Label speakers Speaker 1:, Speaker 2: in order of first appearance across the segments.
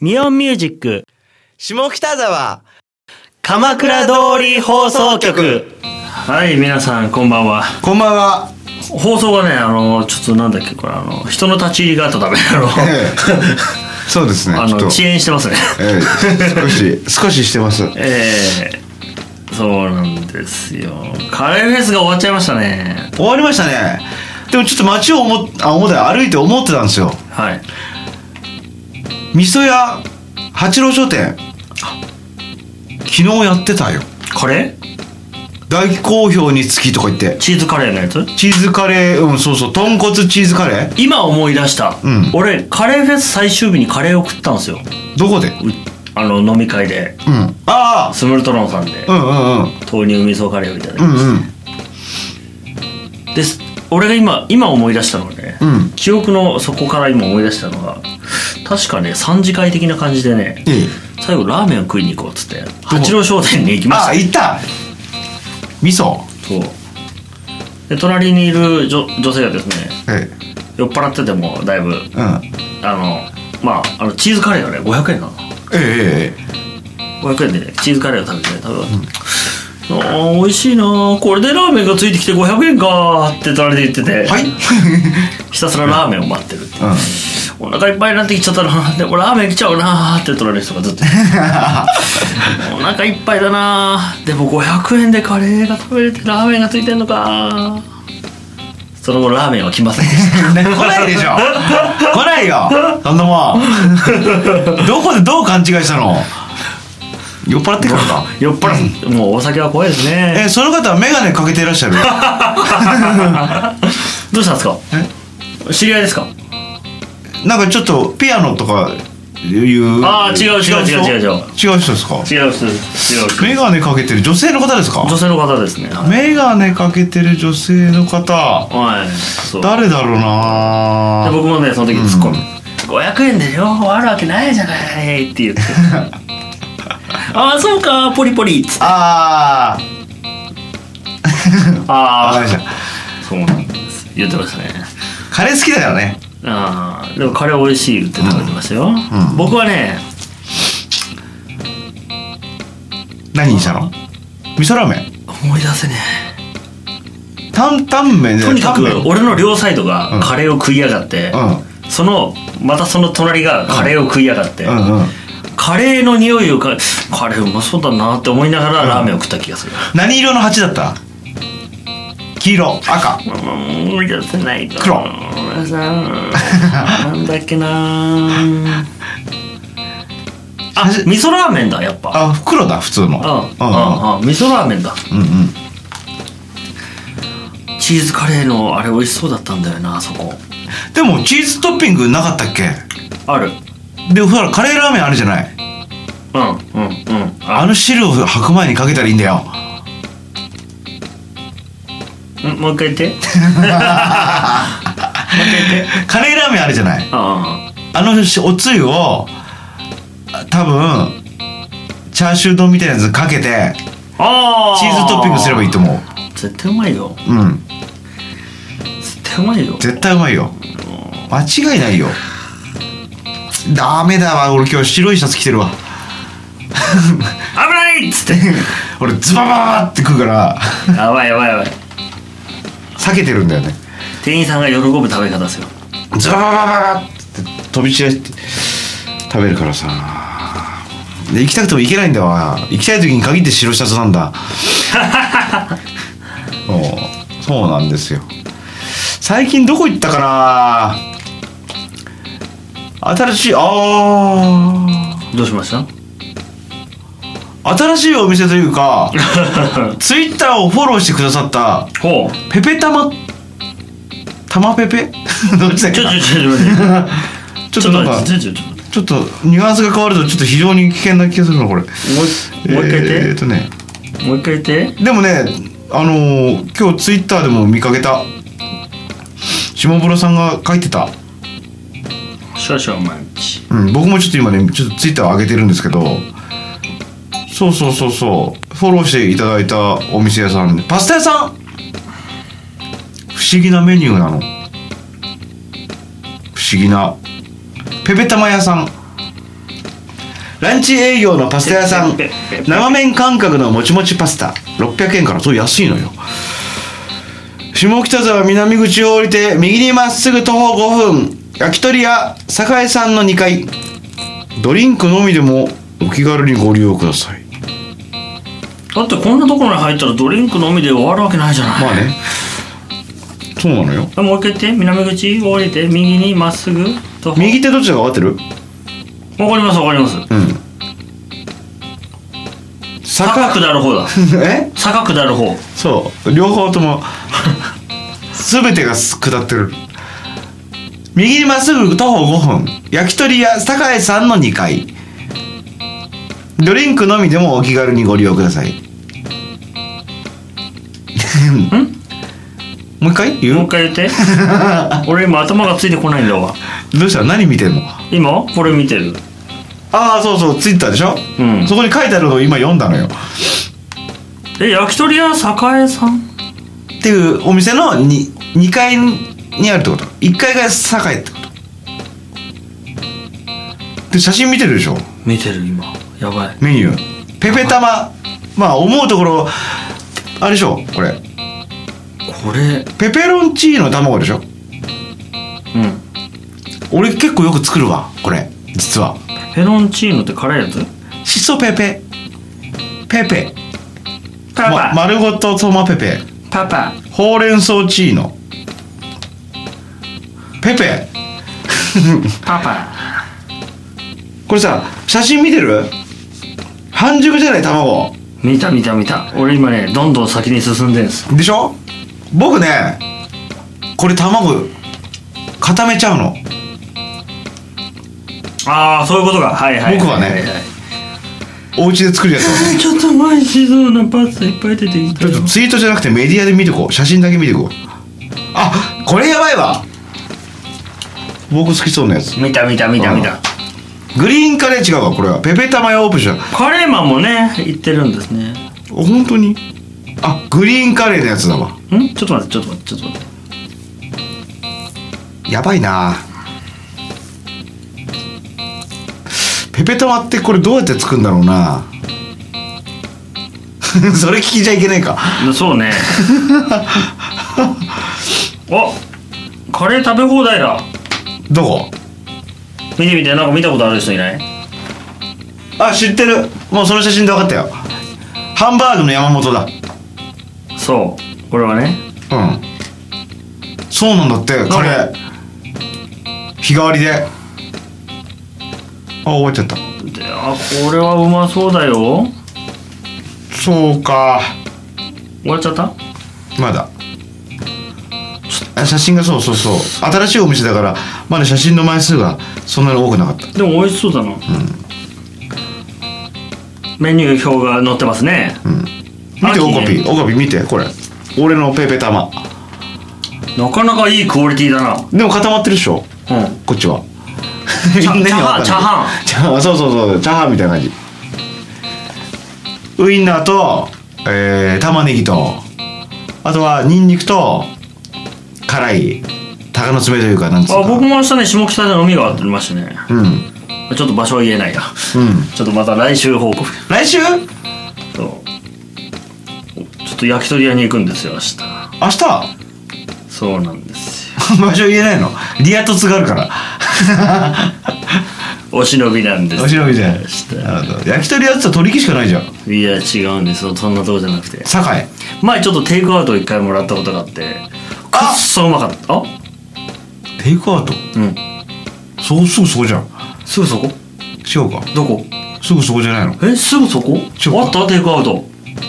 Speaker 1: ミオンミュージック
Speaker 2: 下北沢
Speaker 1: 鎌倉通り放送局はい皆さんこんばんは
Speaker 3: こんばんは。
Speaker 1: 放送がねあのちょっとなんだっけこれあの人の立ち入りがあったためあの
Speaker 3: え そうですね。
Speaker 1: あ
Speaker 3: ちょ
Speaker 1: の
Speaker 3: っと、
Speaker 1: 遅延してます ね
Speaker 3: ええ少し 少ししてます。
Speaker 1: えー、そうなんですよカレーフェスが終わっちゃいましたね
Speaker 3: 終わりましたね。でもちょっと街を思っあ思って歩いて思ってたんですよ。
Speaker 1: はい
Speaker 3: 味噌屋八郎書店。昨日やってたよ。
Speaker 1: カレー
Speaker 3: 大好評につきとか言って。
Speaker 1: チーズカレーのやつ
Speaker 3: チーズカレー、うん、そうそう、豚骨チーズカレー
Speaker 1: 今思い出した、
Speaker 3: うん
Speaker 1: 俺カレーフェス最終日にカレーを食ったんですよ
Speaker 3: どこで
Speaker 1: うあの飲み会で
Speaker 3: うん。ああ
Speaker 1: スムルトロンさんで
Speaker 3: うんうんうん。
Speaker 1: 豆乳味噌カレーをいただき
Speaker 3: う
Speaker 1: ま
Speaker 3: ん
Speaker 1: し
Speaker 3: うん。
Speaker 1: たです俺が今今思い出したのがね、
Speaker 3: うん
Speaker 1: 記憶の底から今思い出したのが確かね三次会的な感じでね
Speaker 3: ええ。
Speaker 1: 最後ラーメンを食いに行こうっつって八郎商店に行きま
Speaker 3: あ、
Speaker 1: し
Speaker 3: 行った味噌。
Speaker 1: たそうで隣にいる女女性がですね
Speaker 3: え
Speaker 1: 酔っ払っててもだいぶ
Speaker 3: え。うん。
Speaker 1: あのまああのチーズカレーがね500円かな
Speaker 3: ええええ。
Speaker 1: 500円でねチーズカレーを食べてね食べた、あー美味しいなーこれでラーメンがついてきて500円かーって誰で言ってて、
Speaker 3: はい
Speaker 1: ひたすらラーメンを待ってるっていう、
Speaker 3: うん。
Speaker 1: お腹いっぱいになってきちゃったなでもラーメン来ちゃうなーって取られる人がずっ とお腹いっぱいだなーでも500円でカレーが食べれてラーメンがついてんのかーその後ラーメンは来ませんでし た
Speaker 3: 来ないでしょ来ないよそんなもんどこでどう勘違いしたの酔っ払ってからか
Speaker 1: 酔っ払って、もうお酒は怖いですね
Speaker 3: えその方は眼鏡かけていらっしゃる
Speaker 1: どうしたんですか知り合いですか
Speaker 3: なんかちょっとピアノとかいう
Speaker 1: あー違う違う違う違う違う
Speaker 3: 人違う人ですか
Speaker 1: 違う人です違う人
Speaker 3: 眼鏡かけてる女性の方ですか
Speaker 1: 女性の方ですねはい、
Speaker 3: 眼鏡かけてる女性の方
Speaker 1: はい、そう
Speaker 3: 誰だろうな
Speaker 1: で僕もねその時に突っ込む、500円で両方あるわけないじゃないって言 ってああそうかポリポリっつって
Speaker 3: あーあ
Speaker 1: あ
Speaker 3: わかりまし
Speaker 1: あ そうなんです言ってましたね
Speaker 3: たカレー好きだよね
Speaker 1: ああでもカレー美味しいって食べてましたよ、
Speaker 3: うん
Speaker 1: 僕はね
Speaker 3: 何にしたの味噌ラーメン
Speaker 1: 思い出せね
Speaker 3: 担々麺
Speaker 1: え
Speaker 3: で
Speaker 1: とにか
Speaker 3: 担々
Speaker 1: く
Speaker 3: 麺
Speaker 1: 俺の両サイドが
Speaker 3: うん
Speaker 1: カレーを食いやがって、
Speaker 3: うん
Speaker 1: そのまたその隣がカレーを食いやがって、
Speaker 3: うんうん
Speaker 1: カレーの匂いをかカレーうまそうだなって思いながらラーメンを食った気がする、
Speaker 3: 何色の鉢だった黄色赤
Speaker 1: うん、思い出せないと
Speaker 3: 黒
Speaker 1: 俺さなんだっけ なあ
Speaker 3: さし
Speaker 1: 味噌ラーメンだやっぱ
Speaker 3: あ黒だ普通のうんうん
Speaker 1: うんうんうん味噌ラーメンだ
Speaker 3: うん
Speaker 1: チーズカレーのあれ美味しそうだったんだよなあそこ
Speaker 3: でもチーズトッピングなかったっけ
Speaker 1: ある
Speaker 3: でほらカレーラーメンあるじゃない
Speaker 1: うんうんうん
Speaker 3: あの汁を白米にかけたらいいんだよ
Speaker 1: んもう一回言ってもう一回言って
Speaker 3: カレーラーメンあるじゃない
Speaker 1: あ
Speaker 3: あのしおつゆをあ多分チャーシュー丼みたいなやつかけて
Speaker 1: ああ
Speaker 3: チーズトッピングすればいいと思う
Speaker 1: 絶対うまいよ
Speaker 3: うん
Speaker 1: 絶対うまいよ
Speaker 3: 絶対うまいよ間違いないよダメだわ俺今日白いシャツ着てるわ
Speaker 1: 危ないっつって
Speaker 3: 俺ズバババって食うから
Speaker 1: やばいやばいやばい
Speaker 3: 避けてるんだよね
Speaker 1: 店員さんが喜ぶ食べ方ですよ
Speaker 3: ズバババババって飛び散らして食べるからさで行きたくても行けないんだわ行きたい時に限って白シャツなんだそうそうなんですよ最近どこ行ったかな新しいあ
Speaker 1: どうしました
Speaker 3: ー新しいお店というかツイッターをフォローしてくださった
Speaker 1: ほう
Speaker 3: ペペ玉玉ペペ どっちだ
Speaker 1: ち
Speaker 3: っけ
Speaker 1: ょ
Speaker 3: な
Speaker 1: ちょちょちょちょちょ
Speaker 3: ちょっと
Speaker 1: っ
Speaker 3: な
Speaker 1: と
Speaker 3: んか
Speaker 1: 待ってちょちょちょっと
Speaker 3: ちょっとニュアンスが変わるとちょっと非常に危険な気がするのこれもう
Speaker 1: もう一回
Speaker 3: え
Speaker 1: 言
Speaker 3: ー
Speaker 1: っ
Speaker 3: っとね
Speaker 1: てもう一回言って
Speaker 3: でもねあのー今日ツイッターでも見かけた下村さんが書いてた、
Speaker 1: 少々お待ち
Speaker 3: うん、僕もちょっと今ねちょっとツイッターを上げてるんですけどそうそうそうそうフォローしていただいたお店屋さんパスタ屋さん不思議なメニューなの不思議なペペ玉屋さんランチ営業のパスタ屋さん生麺感覚のもちもちパスタ600円からそう安いのよ下北沢南口を降りて右にまっすぐ徒歩5分焼き鳥屋栄さんの2階ドリンクのみでもお気軽にご利用ください
Speaker 1: だってこんなところに入ったらドリンクのみで終わるわけないじゃない、
Speaker 3: まあねそうなのよ
Speaker 1: もう一回言って南口を降りて右にまっすぐと
Speaker 3: 右手どっちだか分かってる
Speaker 1: わかりますわかります
Speaker 3: うん
Speaker 1: 坂下る方だ
Speaker 3: え
Speaker 1: 坂下る方
Speaker 3: そう両方とも 全てが下ってる右にまっすぐ徒歩5分焼き鳥屋栄さんの2階ドリンクのみでもお気軽にご利用ください もう一回言
Speaker 1: もう
Speaker 3: う
Speaker 1: 一回 言って俺今頭がついてこないんだわ
Speaker 3: どうした何見てんの
Speaker 1: 今これ見てる
Speaker 3: ああそうそうツイッターでしょ、
Speaker 1: うん
Speaker 3: そこに書いてあるのを今読んだのよ
Speaker 1: え焼き鳥屋栄さん
Speaker 3: っていうお店の 2, 2階にあるってこと1階が栄ってことで写真見てるでしょ
Speaker 1: 見てる今やばい
Speaker 3: メニューペペ玉まあ思うところあれでしょこれ
Speaker 1: これ
Speaker 3: ペペロンチーノ卵でしょ
Speaker 1: うん
Speaker 3: 俺結構よく作るわこれ実は
Speaker 1: ペロンチーノって辛いやつ
Speaker 3: シソペペペペ
Speaker 1: パパ、
Speaker 3: ま丸ごとトマペペ
Speaker 1: パパ
Speaker 3: ほうれん草チーノペペ
Speaker 1: パパ
Speaker 3: これさ写真見てる半熟じゃない卵
Speaker 1: 見た見た見た俺今ねどんどん先に進んでんす
Speaker 3: でしょ僕ねこれ卵固めちゃうの
Speaker 1: ああそういうことかはいはい
Speaker 3: 僕はね
Speaker 1: いいい
Speaker 3: お家で作るやつを
Speaker 1: ちょっと前にしそうなパスタいっぱい出てきた
Speaker 3: ちょっとツイートじゃなくてメディアで見てこう写真だけ見てこうあこれやばいわ僕好きそうなやつ
Speaker 1: 見た見た見た見た
Speaker 3: グリーンカレー違うわこれはペペ玉やオープンじゃん
Speaker 1: カレーマンもね行ってるんですね
Speaker 3: 本当にあグリーンカレーのやつだわ
Speaker 1: んちょっと待ってちょっと待ってちょっと待って
Speaker 3: やばいなペペ玉ってこれどうやって作るんだろうな それ聞いちゃいけないか
Speaker 1: そうね おカレー食べ放題だ
Speaker 3: どこ
Speaker 1: 見て見てなんか見たことある人いない
Speaker 3: あ知ってるもうその写真で分かったよハンバーグの山本だ
Speaker 1: そうこれはね
Speaker 3: うんそうなんだってカレー日替わりであ覚えちゃった
Speaker 1: であこれはうまそうだよ
Speaker 3: そうか
Speaker 1: 終わっちゃった
Speaker 3: まだあ写真がそうそうそう新しいお店だからまだ写真の枚数がそんなに多くなかった
Speaker 1: でも美味しそうだな、メニュー表が載ってますね、
Speaker 3: 見て
Speaker 1: 秋
Speaker 3: オ
Speaker 1: ね
Speaker 3: カピオカピ見てこれ俺のペーペー玉
Speaker 1: なかなかいいクオリティだな
Speaker 3: でも固まってるでしょ
Speaker 1: うん
Speaker 3: こっちは
Speaker 1: チャ
Speaker 3: みんなには分かんない
Speaker 1: チャーハ
Speaker 3: チャーハンそうそうそうチャーハンみたいな感じウインナーと、えー、玉ねぎとあとはニンニクと辛い鷹の爪というかなんつう
Speaker 1: あ
Speaker 3: か
Speaker 1: 僕も明日ね下北で飲みがあってましてね
Speaker 3: うんうん
Speaker 1: ちょっと場所は言えないやちょっとまた来週報告
Speaker 3: 来週明
Speaker 1: そうちょっと焼き鳥屋に行くんですよ明日
Speaker 3: 日
Speaker 1: そうなんですよ
Speaker 3: 場所言えないのリア凸があるから
Speaker 1: お忍びなんです
Speaker 3: お忍びでなる
Speaker 1: した
Speaker 3: ほど焼き鳥やつは取り木しかないじゃん
Speaker 1: いや違うんですよそんなとこじゃなくて
Speaker 3: 堺
Speaker 1: 前ちょっとテイクアウト一回もらったことがあってくっそうまかったあ
Speaker 3: テイクアウト
Speaker 1: うん
Speaker 3: そうすぐそこじゃん
Speaker 1: すぐそこ
Speaker 3: 違うか
Speaker 1: どこ
Speaker 3: すぐそこじゃないの
Speaker 1: えすぐそこ
Speaker 3: ちょ
Speaker 1: あったテイクアウト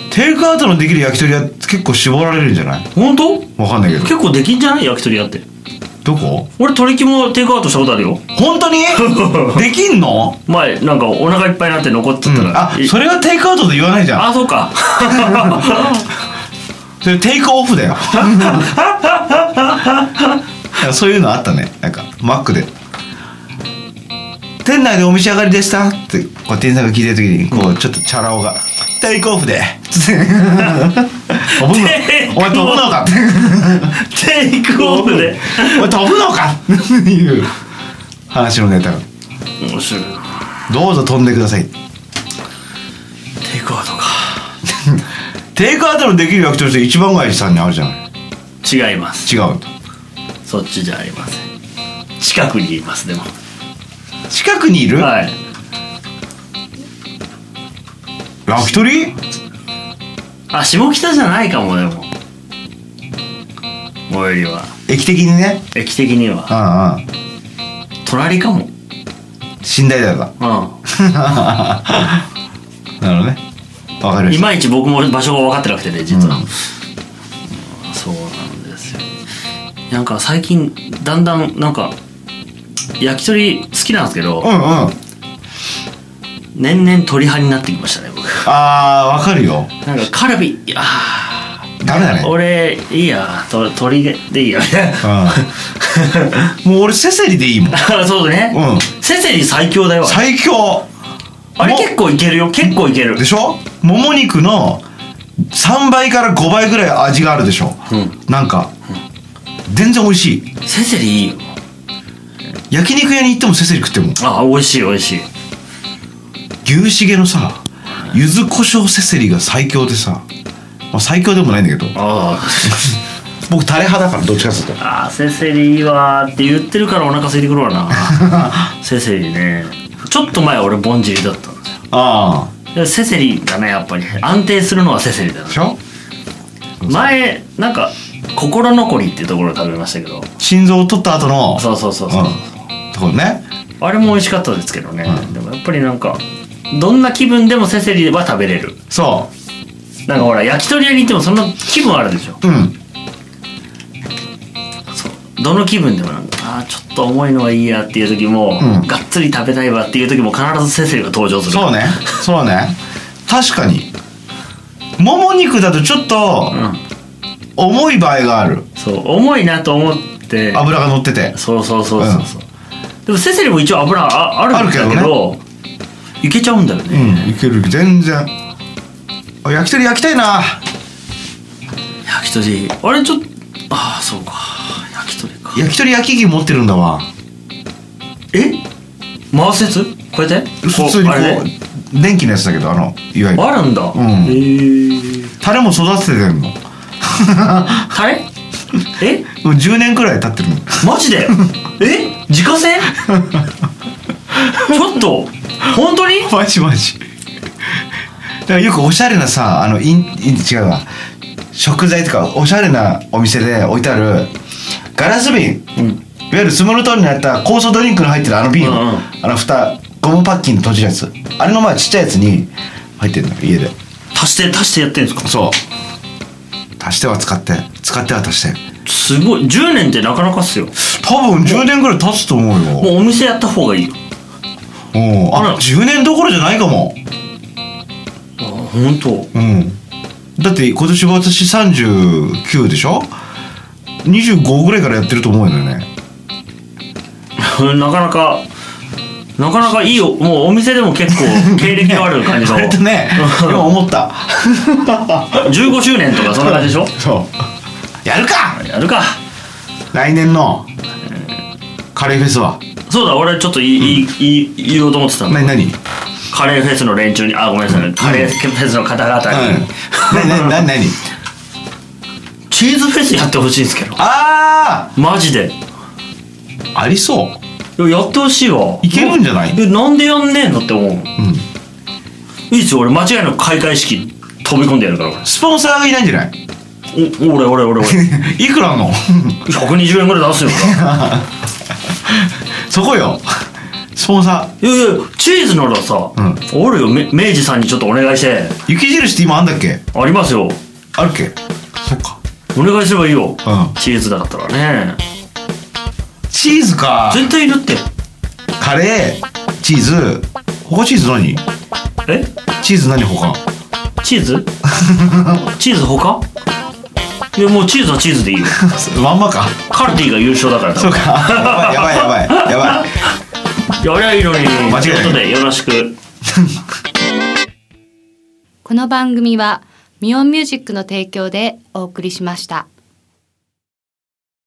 Speaker 3: テイクアウトのできる焼き鳥屋結構絞られるんじゃない
Speaker 1: 本当
Speaker 3: わかんないけど
Speaker 1: 結構できんじゃない焼き鳥屋って
Speaker 3: どこ
Speaker 1: 俺鳥木もテイクアウトしたことあるよ
Speaker 3: 本当 にできんの、
Speaker 1: 前なんかお腹いっぱいになって残っちゃったら、
Speaker 3: あ
Speaker 1: い
Speaker 3: それはテイクアウトで言わないじゃん
Speaker 1: あそうか
Speaker 3: それテイクオフだよ いやそういうのあったねなんかマックで「店内でお召し上がりでした」ってこう店員さんが聞いてる時にこうちょっとチャラ男が「テイクオ フで」つって「飛ぶの
Speaker 1: テイクオフ
Speaker 3: お前飛ぶのか」って
Speaker 1: テイクオフで
Speaker 3: 「お前飛ぶのか」っていう話のネタが
Speaker 1: 面白いな
Speaker 3: どうぞ飛んでください。テイクアウトのできる焼き鳥って一番街さんにあるじゃない
Speaker 1: 違います
Speaker 3: 違うんだ
Speaker 1: そっちじゃありません近くにいますでも
Speaker 3: 近くにいる、
Speaker 1: はい
Speaker 3: 焼き鳥
Speaker 1: あ下北じゃないかもでも最寄りは
Speaker 3: 駅的にね
Speaker 1: 駅的には
Speaker 3: うんうん
Speaker 1: 隣かも
Speaker 3: 寝台だよ
Speaker 1: う
Speaker 3: なるほどねわか
Speaker 1: んい
Speaker 3: りました
Speaker 1: まいち僕も場所が分かってなくてね実は、そうなんですよなんか最近だんだんなんか焼き鳥好きなんですけど、
Speaker 3: うんうん
Speaker 1: 年々鳥派になってきましたね僕
Speaker 3: あーわかるよ
Speaker 1: なんかカルビいやー
Speaker 3: ダメだね
Speaker 1: 俺いいやと鳥でいいやみたいな
Speaker 3: うんもう俺セセリでいいも ん
Speaker 1: あそうだね、
Speaker 3: うん
Speaker 1: セセリ最強だよあれ
Speaker 3: 最強
Speaker 1: あれ
Speaker 3: も
Speaker 1: 結構いけるよ結構いける
Speaker 3: でしょもも肉の3倍から5倍ぐらい味があるでしょ、
Speaker 1: うん
Speaker 3: なんか、全然美味しい
Speaker 1: セセリいいよ
Speaker 3: 焼肉屋に行ってもセセリ食っても
Speaker 1: あ美味しい美味しい
Speaker 3: 牛しげのさ柚子胡椒セセリが最強でさ、まあ、最強でもないんだけど
Speaker 1: あー
Speaker 3: 僕タレ派だからどっちかっつうと
Speaker 1: あーセセリいいわーって言ってるからお腹空いてくるわ なセセリねちょっと前俺ぼんじりだったんですよ
Speaker 3: ああ
Speaker 1: でもセセリだねやっぱり安定するのはセセリだな
Speaker 3: でしょ
Speaker 1: 前なんか心残りっていうところを食べましたけど
Speaker 3: 心臓を取った後の
Speaker 1: そうそうそうそう、
Speaker 3: うんところね
Speaker 1: あれも美味しかったですけどね、でもやっぱりなんかどんな気分でもセセリは食べれる
Speaker 3: そ
Speaker 1: なんかほら焼き鳥屋に行ってもそんな気分あるでしょ
Speaker 3: ううん
Speaker 1: そうどの気分でもなんかあーちょっと重いのはいいやっていう時も、
Speaker 3: うん
Speaker 1: がっつり食べたいわっていう時も必ずセセリが登場する
Speaker 3: そうねそうね確かにもも肉だとちょっと
Speaker 1: うん
Speaker 3: 重い場合がある
Speaker 1: そう重いなと思って
Speaker 3: 油が乗ってて
Speaker 1: そうそうそうそうそう、でもセセリも一応油ああるんだけど
Speaker 3: あるけ
Speaker 1: いけちゃうんだよね、
Speaker 3: うんいける全然あ焼き鳥焼きたいな
Speaker 1: 焼き鳥あれちょっとああそうか焼き鳥か
Speaker 3: 焼き鳥焼き器持ってるんだわ
Speaker 1: え回すやつこうやって
Speaker 3: 普通にこ
Speaker 1: あれね
Speaker 3: う電気のやつだけどあのいわゆる
Speaker 1: あるんだ、
Speaker 3: ん
Speaker 1: へー
Speaker 3: タレも育ててんのも
Speaker 1: タレえ
Speaker 3: う10年くらい経ってるの
Speaker 1: マジでえ自家製ちょっと本当に
Speaker 3: マジマジだからよくおしゃれなさあのインイン違うわ食材とかおしゃれなお店で置いてあるガラス瓶、
Speaker 1: うん
Speaker 3: いわゆるスモールトーンになった酵素ドリンクの入ってるあの瓶、
Speaker 1: うんうん
Speaker 3: あの蓋ゴムパッキンの閉じるやつあれのまあちっちゃいやつに入ってるの家で
Speaker 1: 足して足してやってんですか
Speaker 3: そう足しては使って使っては足して
Speaker 1: すごい10年ってなかなかっすよ
Speaker 3: 多分10年ぐらい経つと思う
Speaker 1: も
Speaker 3: よ
Speaker 1: うお店やった方がいいよ
Speaker 3: うん
Speaker 1: あ
Speaker 3: あ
Speaker 1: ら
Speaker 3: 10年どころじゃないかも
Speaker 1: あ本当
Speaker 3: うんだって今年私39でしょ25ぐらいからやってると思うよね
Speaker 1: なかなかなかなかいいよもうお店でも結構経歴がある感じの
Speaker 3: 割とね今思った
Speaker 1: 15周年とかそんな感じでしょ
Speaker 3: そうやるか
Speaker 1: やるか
Speaker 3: 来年のカレーフェスは
Speaker 1: そうだ俺ちょっといい、いいい言おうと思ってたの
Speaker 3: 何何
Speaker 1: カレーフェスの連中にあごめんなさい、カレーフェスの方々に、
Speaker 3: 何何何何
Speaker 1: チーズフェスやってほしいんですけど
Speaker 3: あ
Speaker 1: マジで
Speaker 3: ーありそう
Speaker 1: いややってほしいわ
Speaker 3: いけるんじゃない
Speaker 1: えなんでやんねえのって思う
Speaker 3: うん
Speaker 1: いいっすよ俺間違いなく開会式飛び込んでやるから
Speaker 3: スポンサーがいないんじゃない
Speaker 1: 俺お俺俺俺俺
Speaker 3: いくらあんの
Speaker 1: 120円ぐらい出すよ
Speaker 3: そこよスポンサ
Speaker 1: いやいやチーズならさ、
Speaker 3: うん
Speaker 1: おるよめ明治さんにちょっとお願いして
Speaker 3: ー雪印って今あんだっけ
Speaker 1: ありますよ
Speaker 3: あるっけそっか
Speaker 1: お願いすればいいよ、
Speaker 3: うん
Speaker 1: チーズだったらね
Speaker 3: チーズか
Speaker 1: 絶対いるって
Speaker 3: カレーチーズ他チーズ何
Speaker 1: え
Speaker 3: チーズ何他
Speaker 1: チーズチーズ他いやもうチーズはチーズでいいよ
Speaker 3: まんまか
Speaker 1: カルディが優勝だから多
Speaker 3: そう
Speaker 1: 分
Speaker 3: かやばいやばいやばいやばい
Speaker 1: やりゃいいのに
Speaker 3: 間違いない
Speaker 1: ということでよろしく
Speaker 4: この番組はミオンミュージックの提供でお送りしました。